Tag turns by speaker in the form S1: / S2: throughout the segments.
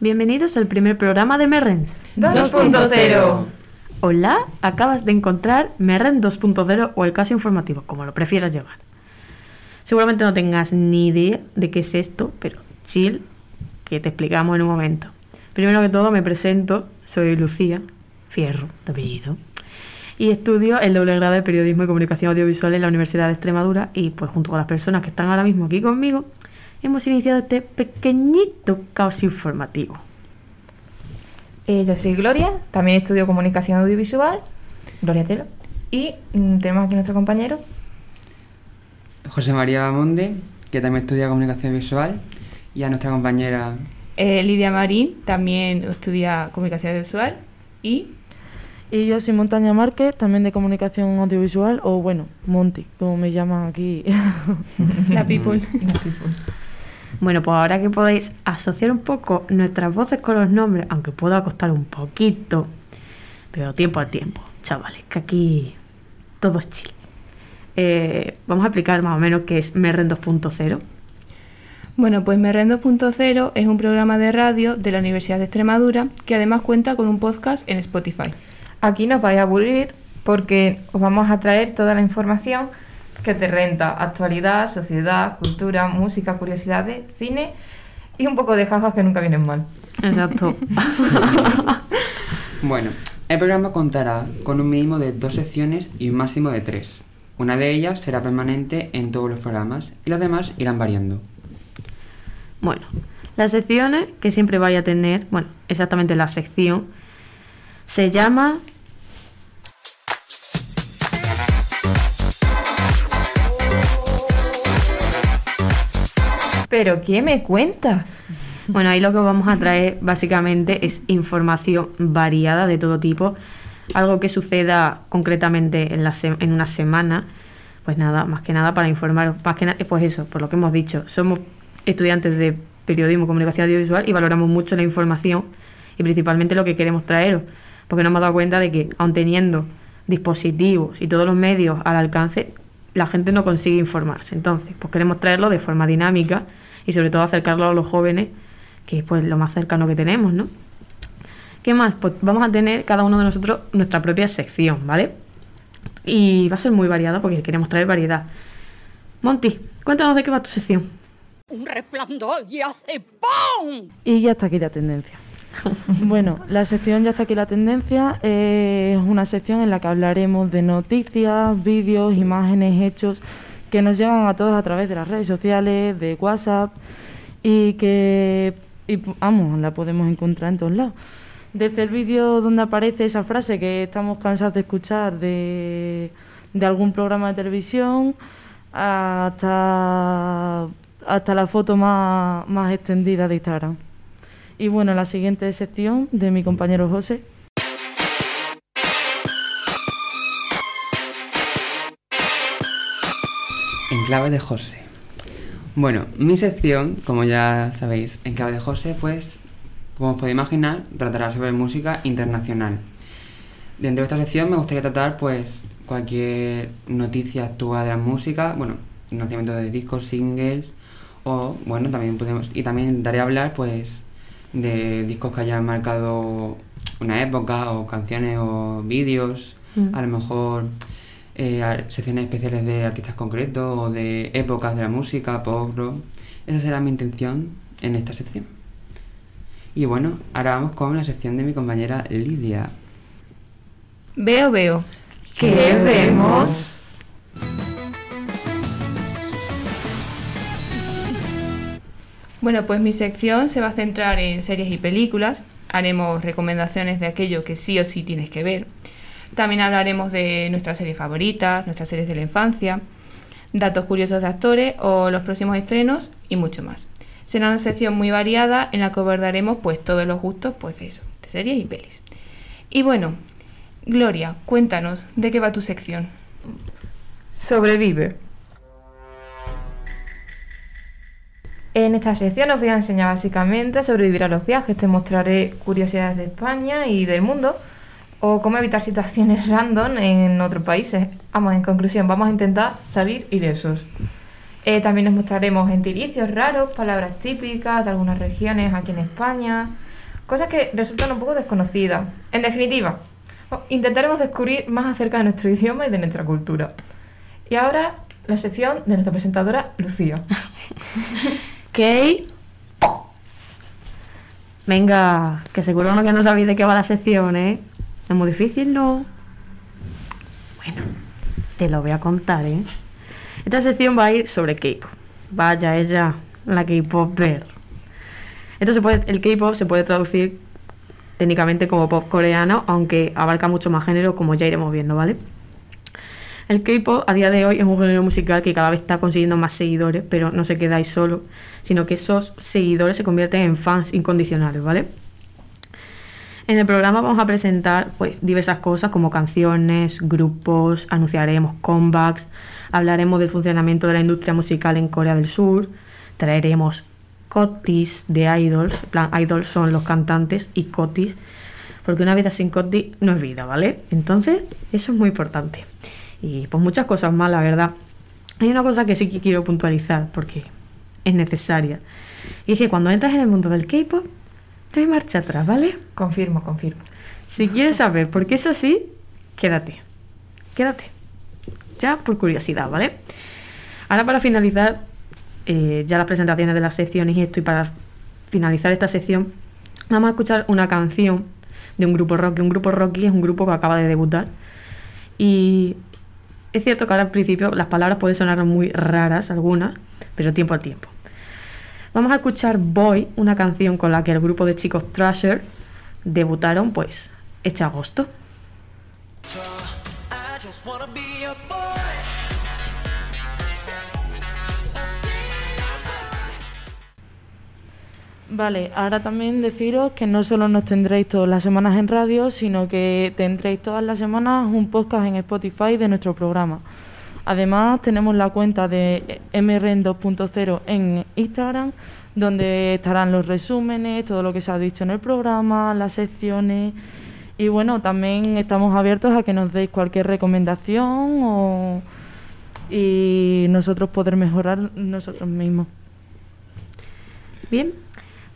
S1: Bienvenidos al primer programa de Merrens.
S2: 2.0.
S1: Hola, acabas de encontrar Merren 2.0 o el caso informativo, como lo prefieras llamar. Seguramente no tengas ni idea de qué es esto, pero chill, que te explicamos en un momento. Primero que todo me presento, soy Lucía Fierro, de apellido, y estudio el doble grado de Periodismo y Comunicación Audiovisual en la Universidad de Extremadura y pues junto con las personas que están ahora mismo aquí conmigo, hemos iniciado este pequeñito caos informativo.
S2: Eh, yo soy Gloria, también estudio comunicación audiovisual. Gloria Telo. Y mm, tenemos aquí a nuestro compañero.
S3: José María Monde, que también estudia comunicación visual, y a nuestra compañera.
S4: Eh, Lidia Marín también estudia comunicación audiovisual y
S5: Y yo soy Montaña Márquez, también de comunicación audiovisual, o bueno, Monty, como me llaman aquí.
S4: la People.
S1: Bueno, pues ahora que podéis asociar un poco nuestras voces con los nombres, aunque pueda costar un poquito, pero tiempo al tiempo, chavales, que aquí todo es chill. Eh, vamos a explicar más o menos qué es Merren 2.0.
S4: Bueno, pues Merren 2.0 es un programa de radio de la Universidad de Extremadura que además cuenta con un podcast en Spotify.
S2: Aquí nos vais a aburrir porque os vamos a traer toda la información que te renta. Actualidad, sociedad, cultura, música, curiosidades, cine y un poco de jajas que nunca vienen mal.
S1: Exacto.
S3: Bueno, el programa contará con un mínimo de dos secciones y un máximo de tres. Una de ellas será permanente en todos los programas y las demás irán variando.
S1: Bueno, las secciones que siempre vaya a tener, bueno, exactamente la sección, se llama...
S2: Pero ¿qué me cuentas?
S1: Bueno, ahí lo que vamos a traer básicamente es información variada de todo tipo, algo que suceda concretamente en, la se- en una semana, pues nada, más que nada para informar, más que nada, pues eso, por lo que hemos dicho, somos estudiantes de periodismo, comunicación audiovisual y valoramos mucho la información y principalmente lo que queremos traeros, porque nos hemos dado cuenta de que aun teniendo dispositivos y todos los medios al alcance, la gente no consigue informarse. Entonces, pues queremos traerlo de forma dinámica y sobre todo acercarlo a los jóvenes, que es pues lo más cercano que tenemos, ¿no? ¿Qué más? Pues vamos a tener cada uno de nosotros nuestra propia sección, ¿vale? Y va a ser muy variada porque queremos traer variedad. Monty, cuéntanos de qué va tu sección.
S6: un resplandor y hace ¡pum!
S5: Y ya está aquí la tendencia. Bueno, la sección Ya está aquí la tendencia eh, es una sección en la que hablaremos de noticias, vídeos, imágenes, hechos que nos llegan a todos a través de las redes sociales, de WhatsApp y que, y, vamos, la podemos encontrar en todos lados. Desde el vídeo donde aparece esa frase que estamos cansados de escuchar de, de algún programa de televisión hasta, hasta la foto más, más extendida de Instagram. Y bueno, la siguiente sección de mi compañero José.
S3: En clave de José. Bueno, mi sección, como ya sabéis, en clave de José, pues, como os podéis imaginar, tratará sobre música internacional. Dentro de esta sección me gustaría tratar, pues, cualquier noticia actual de la música, bueno, nacimiento de discos, singles, o, bueno, también podemos, y también intentaré hablar, pues, de discos que hayan marcado una época, o canciones, o vídeos, a lo mejor eh, ar- secciones especiales de artistas concretos o de épocas de la música, pop, rock. Esa será mi intención en esta sección. Y bueno, ahora vamos con la sección de mi compañera Lidia.
S4: Veo, veo.
S2: ¿Qué vemos?
S4: Bueno, pues mi sección se va a centrar en series y películas. Haremos recomendaciones de aquello que sí o sí tienes que ver. También hablaremos de nuestras series favoritas, nuestras series de la infancia, datos curiosos de actores o los próximos estrenos y mucho más. Será una sección muy variada en la que abordaremos pues todos los gustos pues de eso, de series y pelis. Y bueno, Gloria, cuéntanos de qué va tu sección.
S2: Sobrevive. En esta sección os voy a enseñar básicamente a sobrevivir a los viajes. Te mostraré curiosidades de España y del mundo o cómo evitar situaciones random en otros países. Vamos, en conclusión, vamos a intentar salir ilesos. Eh, también os mostraremos gentilicios raros, palabras típicas de algunas regiones aquí en España, cosas que resultan un poco desconocidas. En definitiva, oh, intentaremos descubrir más acerca de nuestro idioma y de nuestra cultura. Y ahora la sección de nuestra presentadora Lucía.
S1: ¿Qué? Venga, que seguro no que no sabéis de qué va la sección, ¿eh? Es muy difícil, ¿no? Bueno, te lo voy a contar, ¿eh? Esta sección va a ir sobre K-pop. Vaya, ella, la K-pop ver. Entonces puede, el K-pop se puede traducir técnicamente como pop coreano, aunque abarca mucho más género, como ya iremos viendo, ¿vale? El K-pop a día de hoy es un género musical que cada vez está consiguiendo más seguidores, pero no se queda ahí solo, sino que esos seguidores se convierten en fans incondicionales, ¿vale? En el programa vamos a presentar pues, diversas cosas como canciones, grupos, anunciaremos comebacks, hablaremos del funcionamiento de la industria musical en Corea del Sur, traeremos cotis de idols, en plan, idols son los cantantes y cotis, porque una vida sin cotis no es vida, ¿vale? Entonces, eso es muy importante y pues muchas cosas más, la verdad. Hay una cosa que sí que quiero puntualizar porque es necesaria. Y es que cuando entras en el mundo del K-pop, no hay marcha atrás, ¿vale?
S2: Confirmo, confirmo.
S1: Si quieres saber por qué es así, quédate. Quédate. Ya por curiosidad, ¿vale? Ahora para finalizar eh, ya las presentaciones de las secciones y esto, y para finalizar esta sección, vamos a escuchar una canción de un grupo rock. Un grupo rocky es un grupo que acaba de debutar. Y es cierto que ahora al principio las palabras pueden sonar muy raras, algunas, pero tiempo al tiempo. Vamos a escuchar Boy, una canción con la que el grupo de chicos Thrasher debutaron, pues, este agosto.
S5: Vale, ahora también deciros que no solo nos tendréis todas las semanas en radio, sino que tendréis todas las semanas un podcast en Spotify de nuestro programa. Además, tenemos la cuenta de MRN 2.0 en Instagram, donde estarán los resúmenes, todo lo que se ha dicho en el programa, las secciones. Y bueno, también estamos abiertos a que nos deis cualquier recomendación o, y nosotros poder mejorar nosotros mismos.
S1: Bien,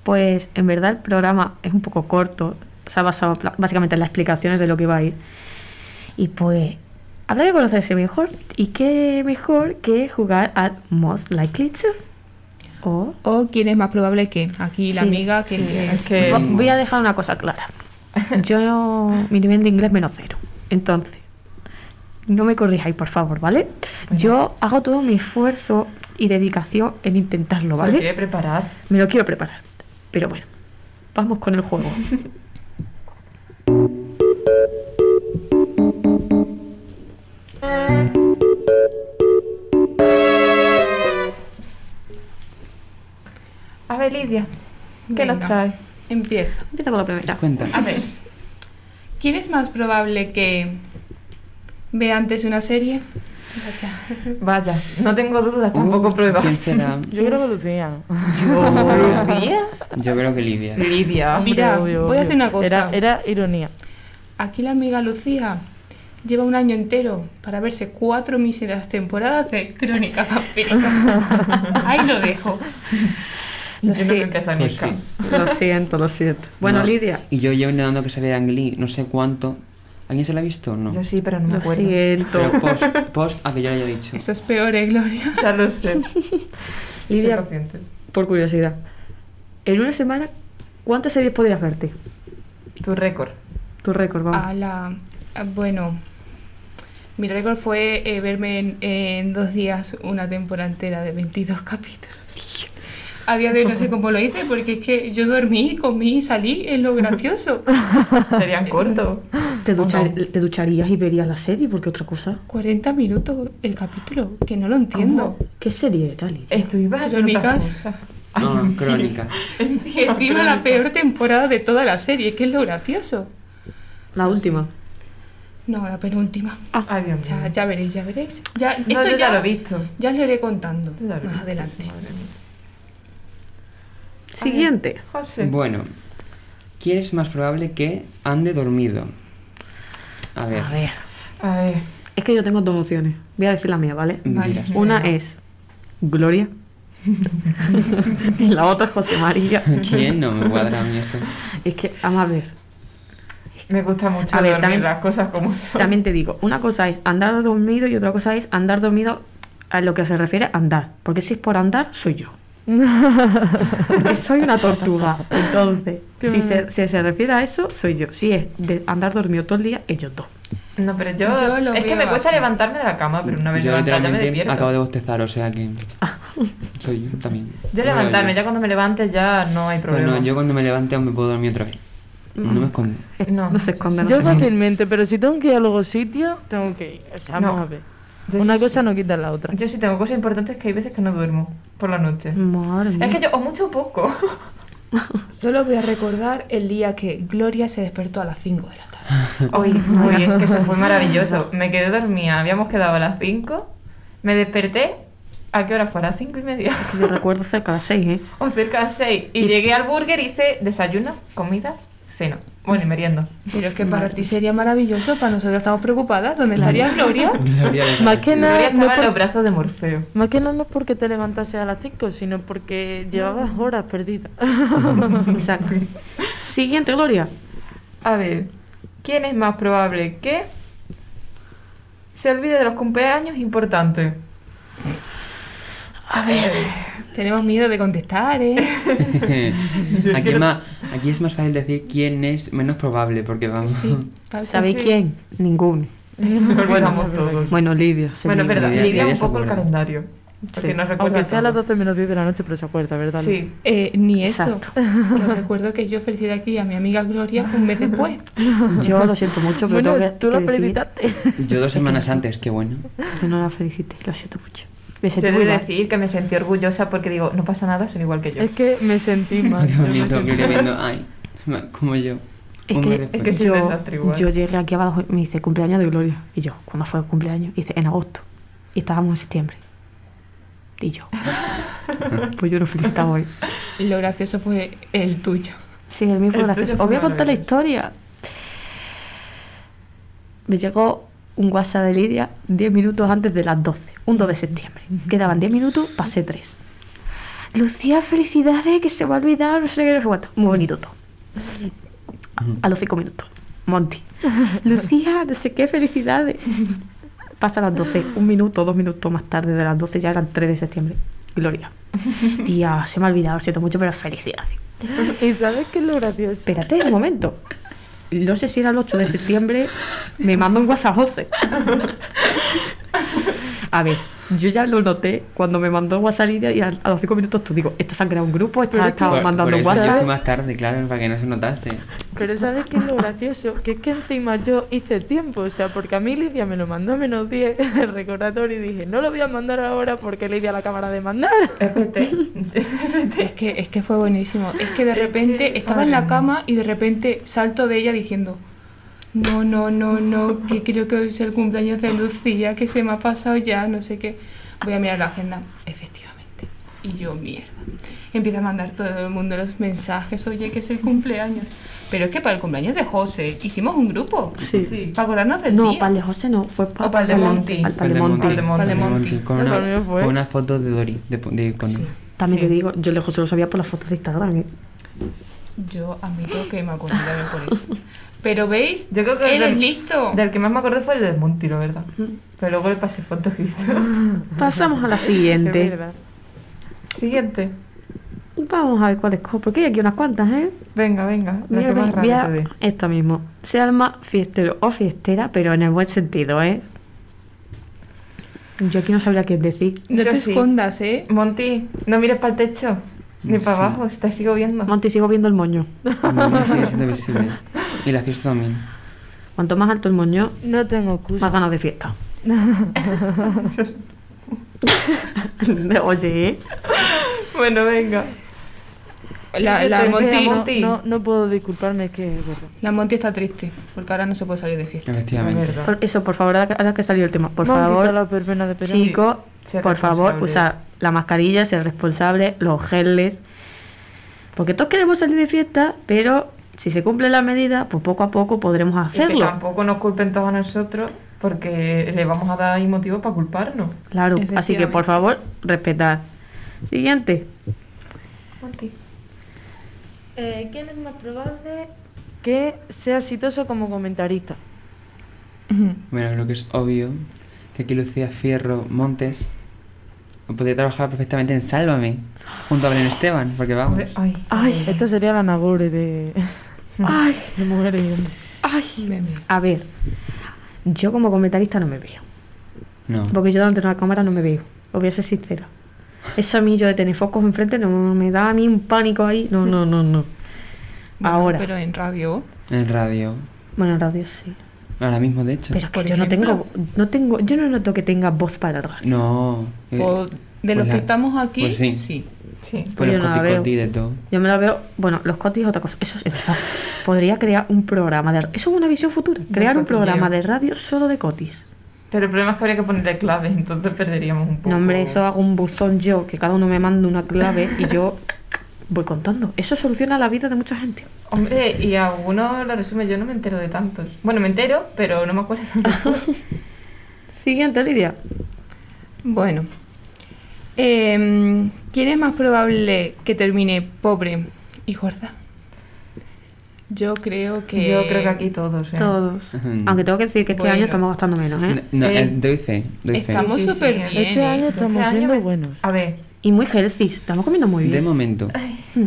S1: pues en verdad el programa es un poco corto, se ha basado pla- básicamente en las explicaciones de lo que va a ir. Y pues habrá que conocerse mejor. ¿Y qué mejor que jugar al Most Likely To? O...
S4: O quién es más probable que. Aquí la
S1: Sí,
S4: amiga que. que-
S1: Va- Voy a dejar una cosa clara. Yo, mi nivel de inglés menos cero. Entonces, no me corrijáis, por favor, ¿vale? Yo hago todo mi esfuerzo y dedicación en intentarlo,
S2: ¿Se lo
S1: ¿vale?
S2: quiere preparar?
S1: Me lo quiero preparar. Pero bueno, vamos con el juego.
S2: A ver, Lidia, ¿qué
S4: Venga.
S2: nos trae?
S4: Empiezo.
S1: Empieza con la primera.
S3: Cuenta.
S4: A ver. ¿Quién es más probable que vea antes una serie?
S2: Vaya, no tengo dudas, tampoco prueba.
S3: Uh, ¿Quién será?
S5: Yo creo que Lucía.
S2: ¿Lucía?
S3: Yo creo que Lidia.
S2: Lidia.
S4: Mira,
S5: Hombre, obvio,
S4: voy a
S5: obvio.
S4: hacer una cosa.
S5: Era, era ironía.
S4: Aquí la amiga Lucía lleva un año entero para verse cuatro míseras temporadas de Crónica Vampírica. Ahí lo dejo.
S2: Yo
S1: Sí.
S2: no creo que sea
S3: Pues
S2: Niska.
S3: sí.
S1: Lo siento, lo siento. Bueno,
S3: No.
S1: Lidia,
S3: Y yo llevo intentando que se vea Angli, no sé cuánto. ¿Alguien se la ha visto o no?
S2: Yo sí, pero no me
S1: lo
S2: acuerdo.
S1: siento.
S3: Pero post, post a que yo le haya dicho.
S4: Eso es peor, ¿eh, Gloria?
S2: Ya lo sé.
S1: Lidia.
S2: Soy paciente.
S1: Por curiosidad, en una semana, ¿cuántas series podrías verte?
S2: Tu récord.
S1: Tu récord,
S2: Ah.
S1: vamos.
S4: A la... a- Bueno, mi récord fue eh, verme en, en dos días una temporada entera de 22 capítulos. A día de hoy no sé cómo lo hice, porque es que yo dormí, comí y salí, es lo gracioso.
S2: Serían cortos.
S1: ¿Te, duchar-
S2: no?
S1: te ducharías y verías la serie? Porque otra cosa.
S4: 40 minutos el capítulo, que no lo entiendo.
S1: ¿Qué serie era, Lidia?
S2: Esto iba a ser
S4: Crónicas.
S2: otra cosa.
S3: No, Ah, crónica.
S4: Que encima la peor temporada de toda la serie, que es lo gracioso.
S1: La última.
S4: No, la penúltima.
S2: Ay, Dios mío.
S4: Ya, ya veréis, ya veréis. Ya,
S2: No,
S4: esto
S2: yo
S4: ya,
S2: ya lo he visto.
S4: Ya os lo iré contando
S2: Yo ya lo he
S4: más
S2: visto,
S4: adelante.
S1: Siguiente.
S2: José.
S3: Bueno, ¿quién es más probable que ande dormido? A ver,
S1: A ver.
S2: A ver.
S1: Es que yo tengo dos opciones. Voy a decir la mía, ¿vale?
S3: mira.
S4: vale.
S1: Una es Gloria Y la otra es José María.
S3: ¿Quién? No me cuadra a mí eso.
S1: Es que, vamos a ver.
S2: Me gusta mucho
S1: A ver,
S2: dormir
S1: también-
S2: las cosas como son.
S1: También te digo, una cosa es andar dormido y otra cosa es andar dormido a lo que se refiere a andar. Porque si es por andar, soy yo. Porque soy una tortuga. Entonces, si se, si se refiere a eso, soy yo. Si es de andar dormido todo el día, ellos dos.
S2: No, pero yo.
S4: Yo lo
S2: es que
S4: veo
S2: me cuesta
S4: así.
S2: levantarme de la cama, pero una vez
S3: yo
S2: levantada ya me
S3: literalmente
S2: despierto.
S3: acabo de bostezar, o sea que. Soy yo también.
S2: Yo
S3: Bueno,
S2: levantarme, ya cuando me levante ya no hay
S3: Pues
S2: problema.
S3: no, yo cuando me levante aún me puedo dormir otra vez. No me escondo.
S1: Es-
S2: No.
S1: No, se esconden.
S5: Yo fácilmente, pero si tengo que ir a algún sitio, tengo que ir. O sea, vamos
S2: No.
S5: a ver.
S2: Yo
S5: Una
S2: sí-
S5: cosa no quita la otra.
S2: Yo sí tengo cosas importantes que hay veces que no duermo por la noche.
S1: Mm. Madre mía.
S2: Es que yo, o mucho o poco.
S4: Solo voy a recordar el día que Gloria se despertó a las 5 de la
S1: Ah,
S4: tarde.
S2: Hoy, hoy es que eso fue maravilloso. Me quedé dormida, habíamos quedado a las 5. Me desperté, ¿a qué hora fue? A las 5 y media.
S1: Que yo recuerdo cerca de las seis, ¿eh?
S2: O cerca de 6. Y llegué al burger, hice desayuno, comida, cena. Bueno, y meriendo.
S4: Pero es que para ti sería maravilloso, para nosotros estamos preocupadas. ¿Dónde estaría Gloria?
S3: Gloria de
S5: Más
S3: Dios.
S5: que
S2: Gloria
S5: nada, no
S2: estaba
S5: es
S2: en los
S5: por-
S2: brazos de Morfeo.
S5: más que nada no es porque te levantase a las 5, sino porque llevabas horas perdidas.
S1: Exacto. Siguiente, Gloria.
S2: A ver, ¿quién es más probable que se olvide de los cumpleaños importantes?
S1: A ver.
S4: Tenemos miedo de contestar, ¿eh?
S3: aquí, es más, aquí es más fácil decir quién es menos probable, porque vamos.
S4: Sí. tal cual.
S1: ¿Sabéis
S4: Sí.
S1: quién? Ninguno.
S2: Lo olvidamos todos.
S1: Bueno, Lidia. se
S2: Bueno,
S1: libra.
S2: perdón,
S3: Lidia-
S2: lidia
S3: Lidia
S2: un
S3: se
S2: poco el
S3: acuerda.
S2: calendario. Porque
S1: Sí.
S2: no recuerdo.
S5: Aunque sea a
S2: todo.
S5: las 12 menos 10 de la noche, pero se acuerda, ¿verdad?
S2: Sí.
S4: Eh, ni eso.
S1: Exacto.
S4: Que recuerdo que yo felicité aquí a mi amiga Gloria un mes después.
S1: Yo lo siento mucho, pero
S5: Bueno,
S1: tengo que-
S5: tú lo
S1: que decir
S5: felicitaste.
S3: Yo dos semanas antes, qué bueno.
S1: que no la felicité. Lo siento mucho. Me
S2: Yo
S1: siento
S2: he
S1: muy
S2: de
S1: mal.
S2: decir que me sentí orgullosa porque digo, no pasa nada, son igual que yo.
S5: Es que me sentí mal.
S3: Qué
S5: yo me
S3: bonito,
S5: sentí
S3: Gloria
S5: mal.
S3: viendo. Ay, ma- como yo.
S1: Es
S3: Un
S1: que-
S3: mes
S1: es
S3: después.
S2: que soy un desastre
S1: yo,
S2: igual.
S1: yo llegué aquí abajo y me dice cumpleaños de Gloria. Y yo, ¿cuándo fue el cumpleaños? Y dice, en agosto. Y estábamos en septiembre. Y yo. pues yo lo felicitaba hoy.
S4: Lo gracioso fue el tuyo.
S1: Sí, el mío fue
S2: El
S1: gracioso.
S2: tuyo
S1: Os voy
S2: fue
S1: a contar la
S2: maravilloso.
S1: historia. Me llegó un WhatsApp de Lidia 10 minutos antes de las 12, un 2 de septiembre. Quedaban 10 minutos, pasé 3. Lucía, felicidades, que se va a olvidar, no sé qué, no sé cuánto. Muy bonito todo. A, a los 5 minutos, Monty. Lucía, no sé qué, felicidades. Pasa a las 12, un minuto, dos minutos más tarde de las 12, ya eran 3 de septiembre. Gloria. Tía, se me ha olvidado, lo siento mucho, pero felicidades.
S5: ¿Y sabes qué es lo gracioso?
S1: Espérate un momento. No sé si era el 8 de septiembre, me manda un WhatsApp José. A ver, yo ya lo noté cuando me mandó WhatsApp Lidia y a, a los 5 minutos tú digo, esto se han creado un grupo,
S5: Pero
S1: está,
S5: es que-
S1: estaba
S3: Por-
S1: mandando
S3: por eso yo
S1: WhatsApp.
S3: fui más tarde, claro, para que no se notase.
S5: Pero ¿sabes qué es lo gracioso? Que es que encima yo hice tiempo, o sea, porque a mí Lidia me lo mandó a menos 10 el recordatorio y dije, no lo voy a mandar ahora porque Lidia la acaba de mandar.
S2: Espérate.
S4: Es que, es que fue buenísimo. Es que de repente estaba en la cama y de repente salto de ella diciendo, no, no, no, no, que creo que hoy es el cumpleaños de Lucía, que se me ha pasado ya, no sé qué. Voy a mirar la agenda, efectivamente. Y yo, mierda. Empieza a mandar todo el mundo los mensajes, oye, que es el cumpleaños. Pero es que para el cumpleaños de José hicimos un grupo.
S1: Sí.
S4: Para acordarnos del
S1: No,
S4: día.
S1: para el de José no, fue pa-
S2: O para el de
S1: para la-
S2: Monty.
S1: al- para el de
S3: Valdemonti.
S1: Monty.
S2: Valdemonti.
S4: Valdemonti.
S3: Con
S5: Yo
S3: una,
S5: también fue.
S3: con una foto de Dori, de, de cuando-
S4: Sí.
S1: También
S4: Sí.
S1: te digo, yo el de José lo sabía por las fotos de Instagram. ¿eh?
S4: Yo admito que me acordé también por eso. Pero veis,
S2: Yo creo que el
S4: eres
S2: del-
S4: listo.
S2: Del que más me acordé fue el de Monty, la verdad. Pero luego le pasé fotos y todo.
S1: Pasamos a la
S5: Es
S1: siguiente.
S5: verdad.
S2: Siguiente.
S1: Vamos a ver cuál es, co- porque hay aquí unas cuantas, ¿eh?
S2: Venga, venga. Lo
S1: Voy a-
S2: que más
S1: voy a-
S2: raro te dé.
S1: esto mismo. Se arma fiestero o fiestera, pero en el buen sentido, ¿eh? Yo aquí no sabría qué decir.
S4: No
S2: Yo
S4: te
S2: sí.
S4: escondas, ¿eh?
S2: Monty, no mires para el techo. Ni para
S3: Sí.
S2: abajo, te sigo viendo.
S1: Monty, sigo viendo el moño.
S3: No, sigue siendo visible. Y la fiesta también.
S1: Cuanto más alto el moño,
S5: No tengo
S1: más
S5: excusa.
S1: ganas de fiesta. Oye, ¿eh?
S2: Bueno, venga.
S4: La,
S2: yo
S4: la,
S2: también,
S4: Monty,
S2: amor.
S5: No,
S2: Monty.
S5: no, no puedo disculparme, es que es verdad.
S4: la Monty está triste porque ahora no se puede salir de fiesta.
S2: La
S3: Efectivamente.
S2: verdad.
S1: Por eso, por favor, ahora que- ahora que salió el tema, por
S5: Me han quitado
S1: favor,
S5: la verbena de Perón.
S1: chicos,
S2: ser
S1: por favor,
S2: responsables.
S1: usad la mascarilla, ser responsable, los geles. Porque todos queremos salir de fiesta, pero si se cumple la medida, pues poco a poco podremos
S2: Y que
S1: hacerlo.
S2: tampoco nos culpen todos a nosotros porque le vamos a dar ahí motivo para culparnos.
S1: Claro, así que por favor, respetar. Siguiente.
S2: Monty.
S5: Eh, ¿Quién es más probable que sea exitoso como comentarista?
S3: Bueno, creo que es obvio que aquí Lucía Fierro Montes podría trabajar perfectamente en Sálvame junto a Belén Esteban, porque vamos.
S2: Ay,
S5: Ay, esta sería la Nagore de,
S1: Ay,
S5: de mujeres y hombres.
S1: ay. A ver, yo como comentarista no me veo.
S3: No.
S1: Porque yo delante de una cámara no me veo. Os voy a ser sincera. Eso a mí, yo de tener focos enfrente, no me da a mí un pánico ahí. No, no, no, no.
S4: Bueno,
S1: Ahora.
S4: Pero en radio.
S3: En radio.
S1: Bueno, en radio sí.
S3: Ahora mismo, de hecho.
S1: Pero es que
S4: Por
S1: yo no tengo,
S4: ejemplo.
S1: no tengo, yo no noto que tenga voz para radio.
S3: No. eh,
S4: o de los
S3: pues
S4: que
S3: la-
S4: estamos aquí,
S3: pues sí.
S4: sí.
S2: sí.
S3: Por
S1: Yo
S3: el
S1: no la
S3: coticoti
S1: veo.
S3: de todo.
S1: Yo me la veo, bueno, los cotis es otra cosa. Eso es verdad. Podría crear un programa de Eso es una visión futura. Crear un
S2: cotilleo.
S1: programa de radio solo de cotis.
S2: Pero el problema es que habría que ponerle claves, entonces perderíamos un poco.
S1: No, hombre, eso hago un buzón yo, que cada uno me manda una clave y yo voy contando. Eso soluciona la vida de mucha gente.
S2: Hombre, y a uno lo resume, yo no me entero de tantos. Bueno, me entero, pero no me acuerdo.
S1: Siguiente, Lidia.
S4: Bueno. Em, ¿Quién es más probable que termine pobre y gorda? Yo creo que.
S2: Yo creo que aquí todos, ¿eh?
S1: Todos.
S3: Ujú.
S1: Aunque tengo que decir que este
S4: Bueno.
S1: año estamos gastando menos, ¿eh?
S3: No,
S2: Eh,
S3: eh, doy fe, doy fe.
S4: estamos- súper bien,
S5: Este
S4: ¿eh?
S5: año
S4: Este
S5: estamos
S2: año
S5: siendo
S2: me-
S5: buenos.
S2: A ver,
S1: Y muy healthy. Estamos comiendo muy
S3: De
S1: bien.
S3: momento.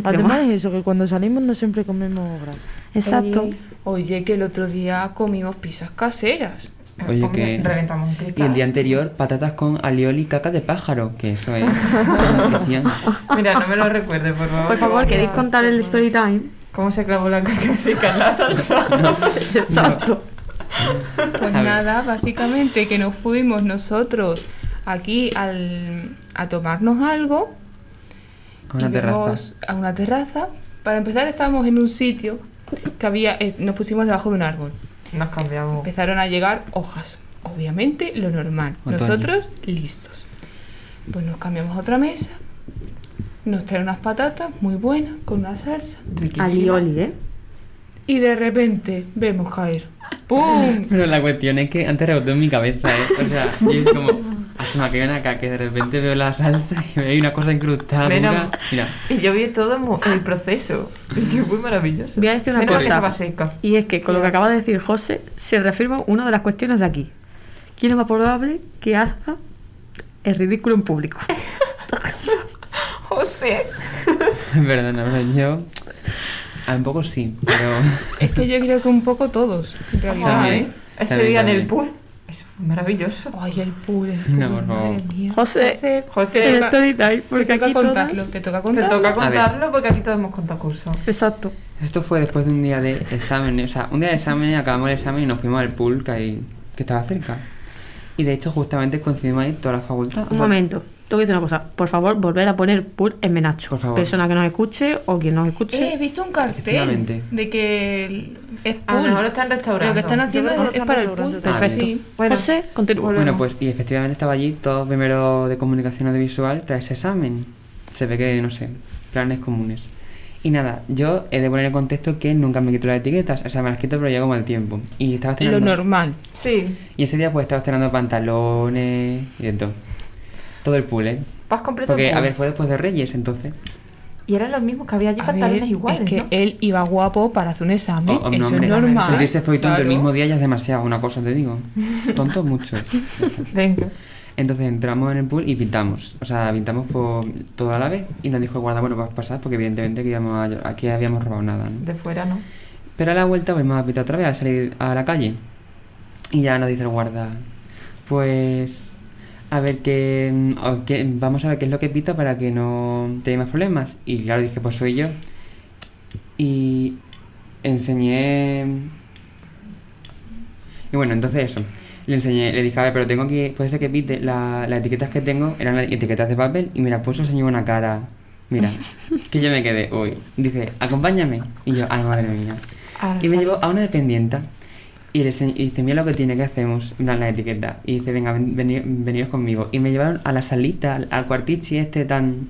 S5: Además es eso, que cuando salimos no siempre comemos grasa.
S1: Exacto.
S2: Ey.
S4: Oye, que el otro día comimos pizzas caseras.
S3: Oye,
S2: hombre,
S3: que.
S2: reventamos un
S3: Y
S2: cristal.
S3: el día anterior, patatas con alioli y caca de pájaro, que eso es. nutrición.
S2: Mira, no me lo recuerdes, por favor.
S1: Por favor, ¿queréis
S2: Dios.
S1: contar el story time?
S2: ¿Cómo se clavó la caca seca en la salsa?
S1: Exacto.
S4: Pues
S3: A ver.
S4: nada, básicamente que nos fuimos nosotros aquí al, a tomarnos algo.
S3: A una
S4: y
S3: terraza.
S4: fuimos A una terraza. Para empezar estábamos en un sitio que había, eh, nos pusimos debajo de un árbol.
S2: Nos cambiamos.
S4: Empezaron a llegar hojas. Obviamente, lo normal.
S3: Otoño.
S4: Nosotros, listos. Pues nos cambiamos a otra mesa. Nos traen unas patatas muy buenas con una salsa.
S1: Alioli, ¿eh?
S4: Y de repente vemos caer. ¡Pum!
S3: Pero la cuestión es que antes rebotó en mi cabeza, ¿eh? O sea, yo es como, "Ah, se me ha caído una caca, que de repente veo la salsa y veo ahí una cosa incrustada.
S2: Menos-
S3: dura. Mira,
S2: Y yo vi todo mo- el proceso. Y que fue maravilloso.
S1: Voy a decir una
S2: Menos mal que
S1: cosa.
S2: estaba seca.
S1: Y es que con lo que acaba de decir José, se reafirma una de las cuestiones de aquí. ¿Quién es más probable que haga el ridículo en público?
S2: José.
S3: perdona, pero yo. A un poco sí, pero.
S4: Es que yo creo que un poco todos, en realidad,
S3: También.
S4: ¿eh?
S2: Ese
S3: También,
S2: día en
S3: también.
S2: el pool. Eso fue maravilloso.
S4: Ay, el pool, el
S3: No,
S4: pool,
S3: por favor.
S4: madre mía.
S1: José,
S2: José,
S4: te
S1: el
S4: toca-
S1: story time, porque
S4: te toca
S1: aquí
S4: contarlo,
S1: todas...
S4: te toca
S2: Te
S4: contarlo.
S2: toca
S3: A ver.
S2: contarlo porque aquí todos hemos contado curso.
S1: Exacto.
S3: Esto fue después de un día de exámenes. O sea, un día de exámenes, acabamos el examen y nos fuimos al pool que, hay- que estaba cerca. Y de hecho, justamente coincidimos ahí toda la facultad.
S1: Un momento, tengo que decir una cosa. Por favor, volver a poner pool en Menacho.
S3: Por favor.
S1: Persona que nos escuche o quien nos escuche.
S4: Eh, he visto un cartel
S3: Efectivamente.
S4: de que el- es
S2: A lo
S4: pool.
S2: mejor lo están restaurando.
S4: Lo que están
S2: Yo
S4: haciendo
S5: creo
S4: es,
S5: que lo están
S4: es para el
S5: restaurando
S4: pool.
S3: también. Perfecto.
S4: Sí.
S2: Bueno,
S1: José, continúa.
S3: Bueno, pues, y efectivamente estaba allí todo primero de comunicación audiovisual tras ese examen. Se ve que, no sé, planes comunes. Y nada, yo he de poner en contexto que nunca me quito las etiquetas. O sea, me las quito, pero ya como al tiempo. Y estaba
S4: Lo
S3: estrenando-
S4: normal.
S2: Sí.
S3: Y ese día, pues, estaba estrenando pantalones y de todo. Todo el pool, ¿eh?
S2: Vas completo.
S3: Porque,
S2: tú.
S3: a ver, fue después de Reyes, entonces.
S2: Y eran los mismos que había allí
S4: A
S2: pantalones
S4: ver,
S2: iguales,
S4: es que
S2: ¿no?
S4: él iba guapo para hacer un examen.
S3: Oh, oh,
S4: ¿Eh? Eso
S3: hombre,
S4: es normal.
S3: Sentirse feo y tonto el
S4: Claro.
S3: mismo día ya es demasiado, una cosa te digo. Tontos muchos.
S2: Venga.
S3: Entonces entramos en el pool y pintamos. O sea, pintamos por todo a la vez y nos dijo el guarda, bueno, vas a pasar porque evidentemente que íbamos a- aquí habíamos robado nada. ¿no?
S2: De fuera, ¿no?
S3: Pero a la vuelta volvimos a pintar otra vez, a salir a la calle. Y ya nos dice el guarda, pues a ver qué, mm, o qué- vamos a ver qué es lo que pita para que no te dé más problemas. Y claro, dije, pues soy yo. Y enseñé... Y bueno, entonces eso. Le enseñé, le dije, a ver, pero tengo que, puede ser que pite, la- las etiquetas que tengo eran las etiquetas de papel y me las puso el señor una cara. Mira, que yo me quedé, uy. Dice, acompáñame. Y yo, ay, madre mía.
S2: A la
S3: Y me
S2: sala.
S3: llevó a una dependienta y le ense- y dice, mira lo que tiene, que hacemos? En plan, la etiqueta. Y dice, venga, ven- veni- veniros conmigo. Y me llevaron a la salita, al, al cuartichi este tan...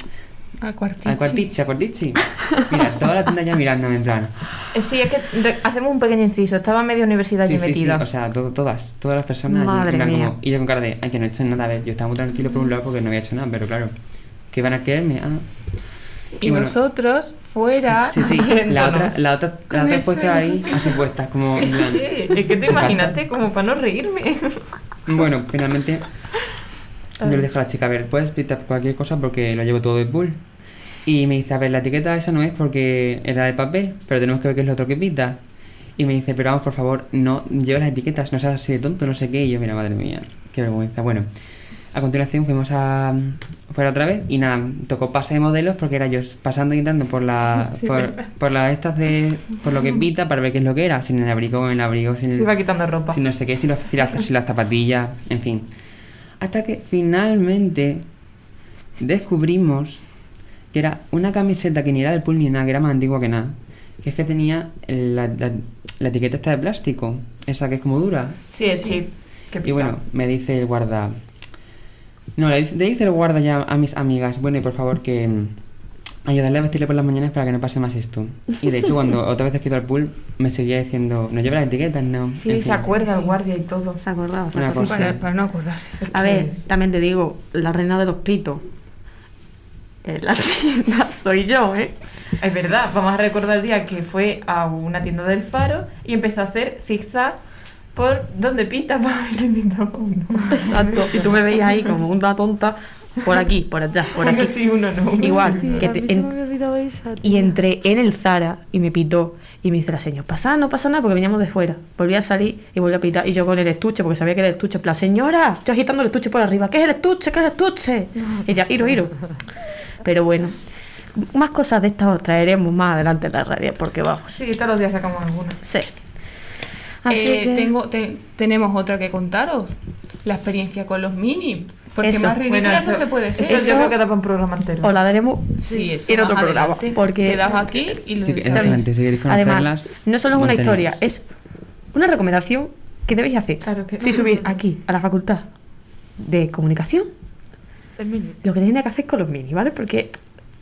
S4: Al cuartichi.
S3: Al cuartichi, al cuartichi. Mira, toda la tienda ya mirándome en plan...
S2: Eh, Sí, es que re- hacemos un pequeño inciso. Estaba media universidad
S3: Sí,
S2: allí
S3: sí, sí,
S2: metida.
S3: o sea, todo- todas, todas las personas. allí, en
S1: Madre
S3: plan
S1: mía.
S3: como- y yo con cara de, ay, que no he hecho nada. A ver, yo estaba muy tranquilo por un lado porque no había hecho nada, pero claro, que van a quererme. Ah.
S4: Y,
S3: bueno,
S4: nosotros fuera.
S3: Sí, sí, la otra, la otra, la
S4: Con
S3: otra
S4: eso.
S3: puesta ahí, así puesta, como en plan,
S2: Es que
S3: ¿qué
S2: te
S3: pasa?
S2: imaginaste como para no reírme.
S3: Bueno, finalmente yo le dije a la chica, a ver, puedes pintar cualquier cosa porque lo llevo todo de pool. Y me dice, a ver, la etiqueta esa no es porque era de papel, pero tenemos que ver qué es lo otro que pinta. Y me dice, pero vamos, por favor, no lleves las etiquetas, no seas así de tonto, no sé qué. Y yo, mira, madre mía, qué vergüenza. Bueno, a continuación fuimos a fuera otra vez y nada, tocó pase de modelos porque era yo pasando y entrando por la por, por las estas de por lo que pinta para ver qué es lo que era, sin el abrigo, con el abrigo, sin el-
S2: Se iba quitando ropa.
S3: si no sé qué, si, los- si, la, si la zapatilla, en fin. Hasta que finalmente descubrimos que era una camiseta que ni era del pool ni nada, que era más antigua que nada. Que es que tenía la, la- la etiqueta esta de plástico, esa que es como dura.
S2: Sí, el chip. que
S3: Y
S2: pica.
S3: bueno, me dice el guarda. No, le dice, le dice el guarda ya a mis amigas, bueno, y por favor que mm, ayudarle a vestirle por las mañanas para que no pase más esto. Y de hecho, cuando otra vez quito al pool, me seguía diciendo, no lleva las etiquetas, no.
S2: Sí,
S3: En fin,
S2: se acuerda el guardia y todo.
S1: ¿Se acordaba?
S3: Una
S1: Sí,
S3: cosa.
S1: sí.
S4: Para, para no acordarse. eh,
S1: A ver, también te digo, la reina de los pitos. Eh, La tienda soy yo, ¿eh?
S2: Es verdad, vamos a recordar el día que fue a una tienda del faro y empezó a hacer zigzag por donde pinta para ver si pintaba uno.
S1: Exacto. Y tú me veías ahí como una tonta por aquí, por allá, por
S2: Uno
S1: aquí.
S2: sí, uno no. Uno
S1: Igual.
S5: Tío,
S1: que
S5: a
S1: te-
S5: mí se
S1: en-
S5: me había olvidado esa,
S1: Y
S5: tío.
S1: entré en el Zara y me pitó. Y me dice la señora, pasa, no pasa nada, porque veníamos de fuera. Volví a salir y volví a pitar. Y yo con el estuche, porque sabía que era el estuche. en plan, señora, estoy agitando el estuche por arriba. ¿Qué es el estuche? ¿Qué es el estuche? Y ya, iro, iro. Pero bueno, más cosas de estas os traeremos más adelante en la radio, porque vamos,
S2: Sí, todos los días sacamos alguna.
S1: sí. Así
S4: Eh,
S1: que-
S4: tengo, te- tenemos otra que contaros. La experiencia con los mini. Porque
S1: Eso.
S4: más ridícula
S2: Bueno, eso-
S4: no se puede
S2: Eso,
S4: ser.
S2: yo
S1: Eso-
S2: creo que da para un programa entero.
S1: Os la daremos
S4: Sí, eso
S1: en
S4: más
S1: otro programa.
S4: adelante.
S1: Porque
S4: Te das aquí y lo
S3: Sí,
S4: dices.
S3: exactamente. Si queréis conocerlas,
S1: Además, no solo es una
S3: manteneos.
S1: historia, es una recomendación que debéis hacer.
S2: Claro que-
S1: Si subís aquí a la facultad de comunicación,
S5: El mini.
S1: lo que tenéis que hacer con los mini, ¿vale? Porque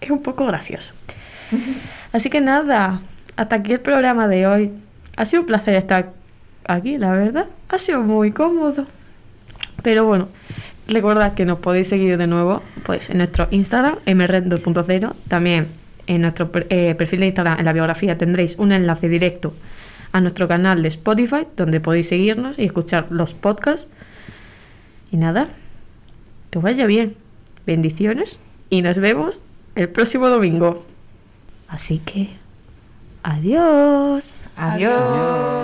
S1: es un poco gracioso. Así que nada, hasta aquí el programa de hoy. Ha sido un placer estar aquí, la verdad. Ha sido muy cómodo. Pero bueno, recordad que nos podéis seguir de nuevo pues en nuestro Instagram, mred 2.0. También en nuestro per- eh, perfil de Instagram, en la biografía, tendréis un enlace directo a nuestro canal de Spotify, donde podéis seguirnos y escuchar los podcasts. Y nada, que os vaya bien. Bendiciones y nos vemos el próximo domingo. Así que, adiós.
S2: Adiós.